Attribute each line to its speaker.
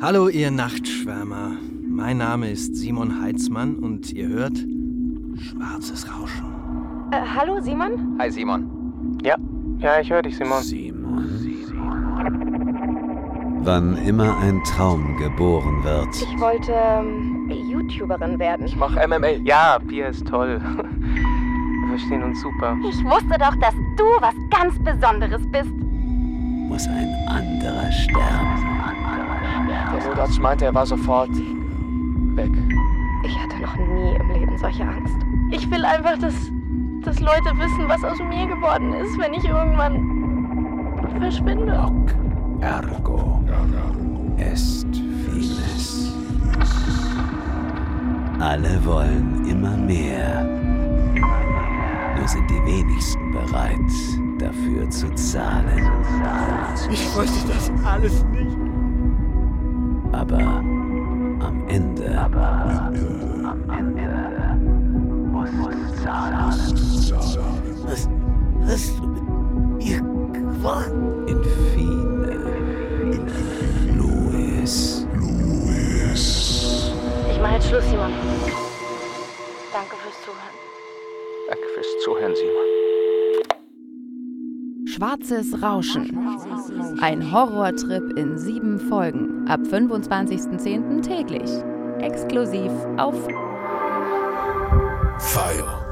Speaker 1: Hallo, ihr Nachtschwärmer. Mein Name ist Simon Heitzmann und ihr hört Schwarzes Rauschen.
Speaker 2: Äh, hallo Simon?
Speaker 3: Hi Simon.
Speaker 4: Ja, ich höre dich, Simon.
Speaker 5: Wann immer ein Traum geboren wird,
Speaker 2: Ich wollte ähm, YouTuberin werden.
Speaker 3: Ich mach MML.
Speaker 4: Ja, Pia ist toll. Wir verstehen uns super.
Speaker 6: Ich wusste doch, dass du was ganz Besonderes bist.
Speaker 5: muss ein anderer sterben.
Speaker 3: Der Notarzt meinte, er war sofort weg.
Speaker 2: Ich hatte noch nie im Leben solche Angst.
Speaker 7: Ich will einfach, dass, dass Leute wissen, was aus mir geworden ist, wenn ich irgendwann verschwinde.
Speaker 5: Ergo est finis. Alle wollen immer mehr. Nur sind die wenigsten bereit, dafür zu zahlen.
Speaker 8: Ich wollte das alles nicht.
Speaker 5: Aber am Ende. am Ende. Muss zahlen. Was hast du mit mir gemacht? Infine. Louis.
Speaker 7: Ich mache jetzt Schluss, Simon. Danke fürs Zuhören.
Speaker 3: Danke fürs Zuhören, Simon.
Speaker 9: Schwarzes Rauschen. Ein Horrortrip in sieben Folgen. Ab 25.10. täglich. Exklusiv auf
Speaker 8: Fire.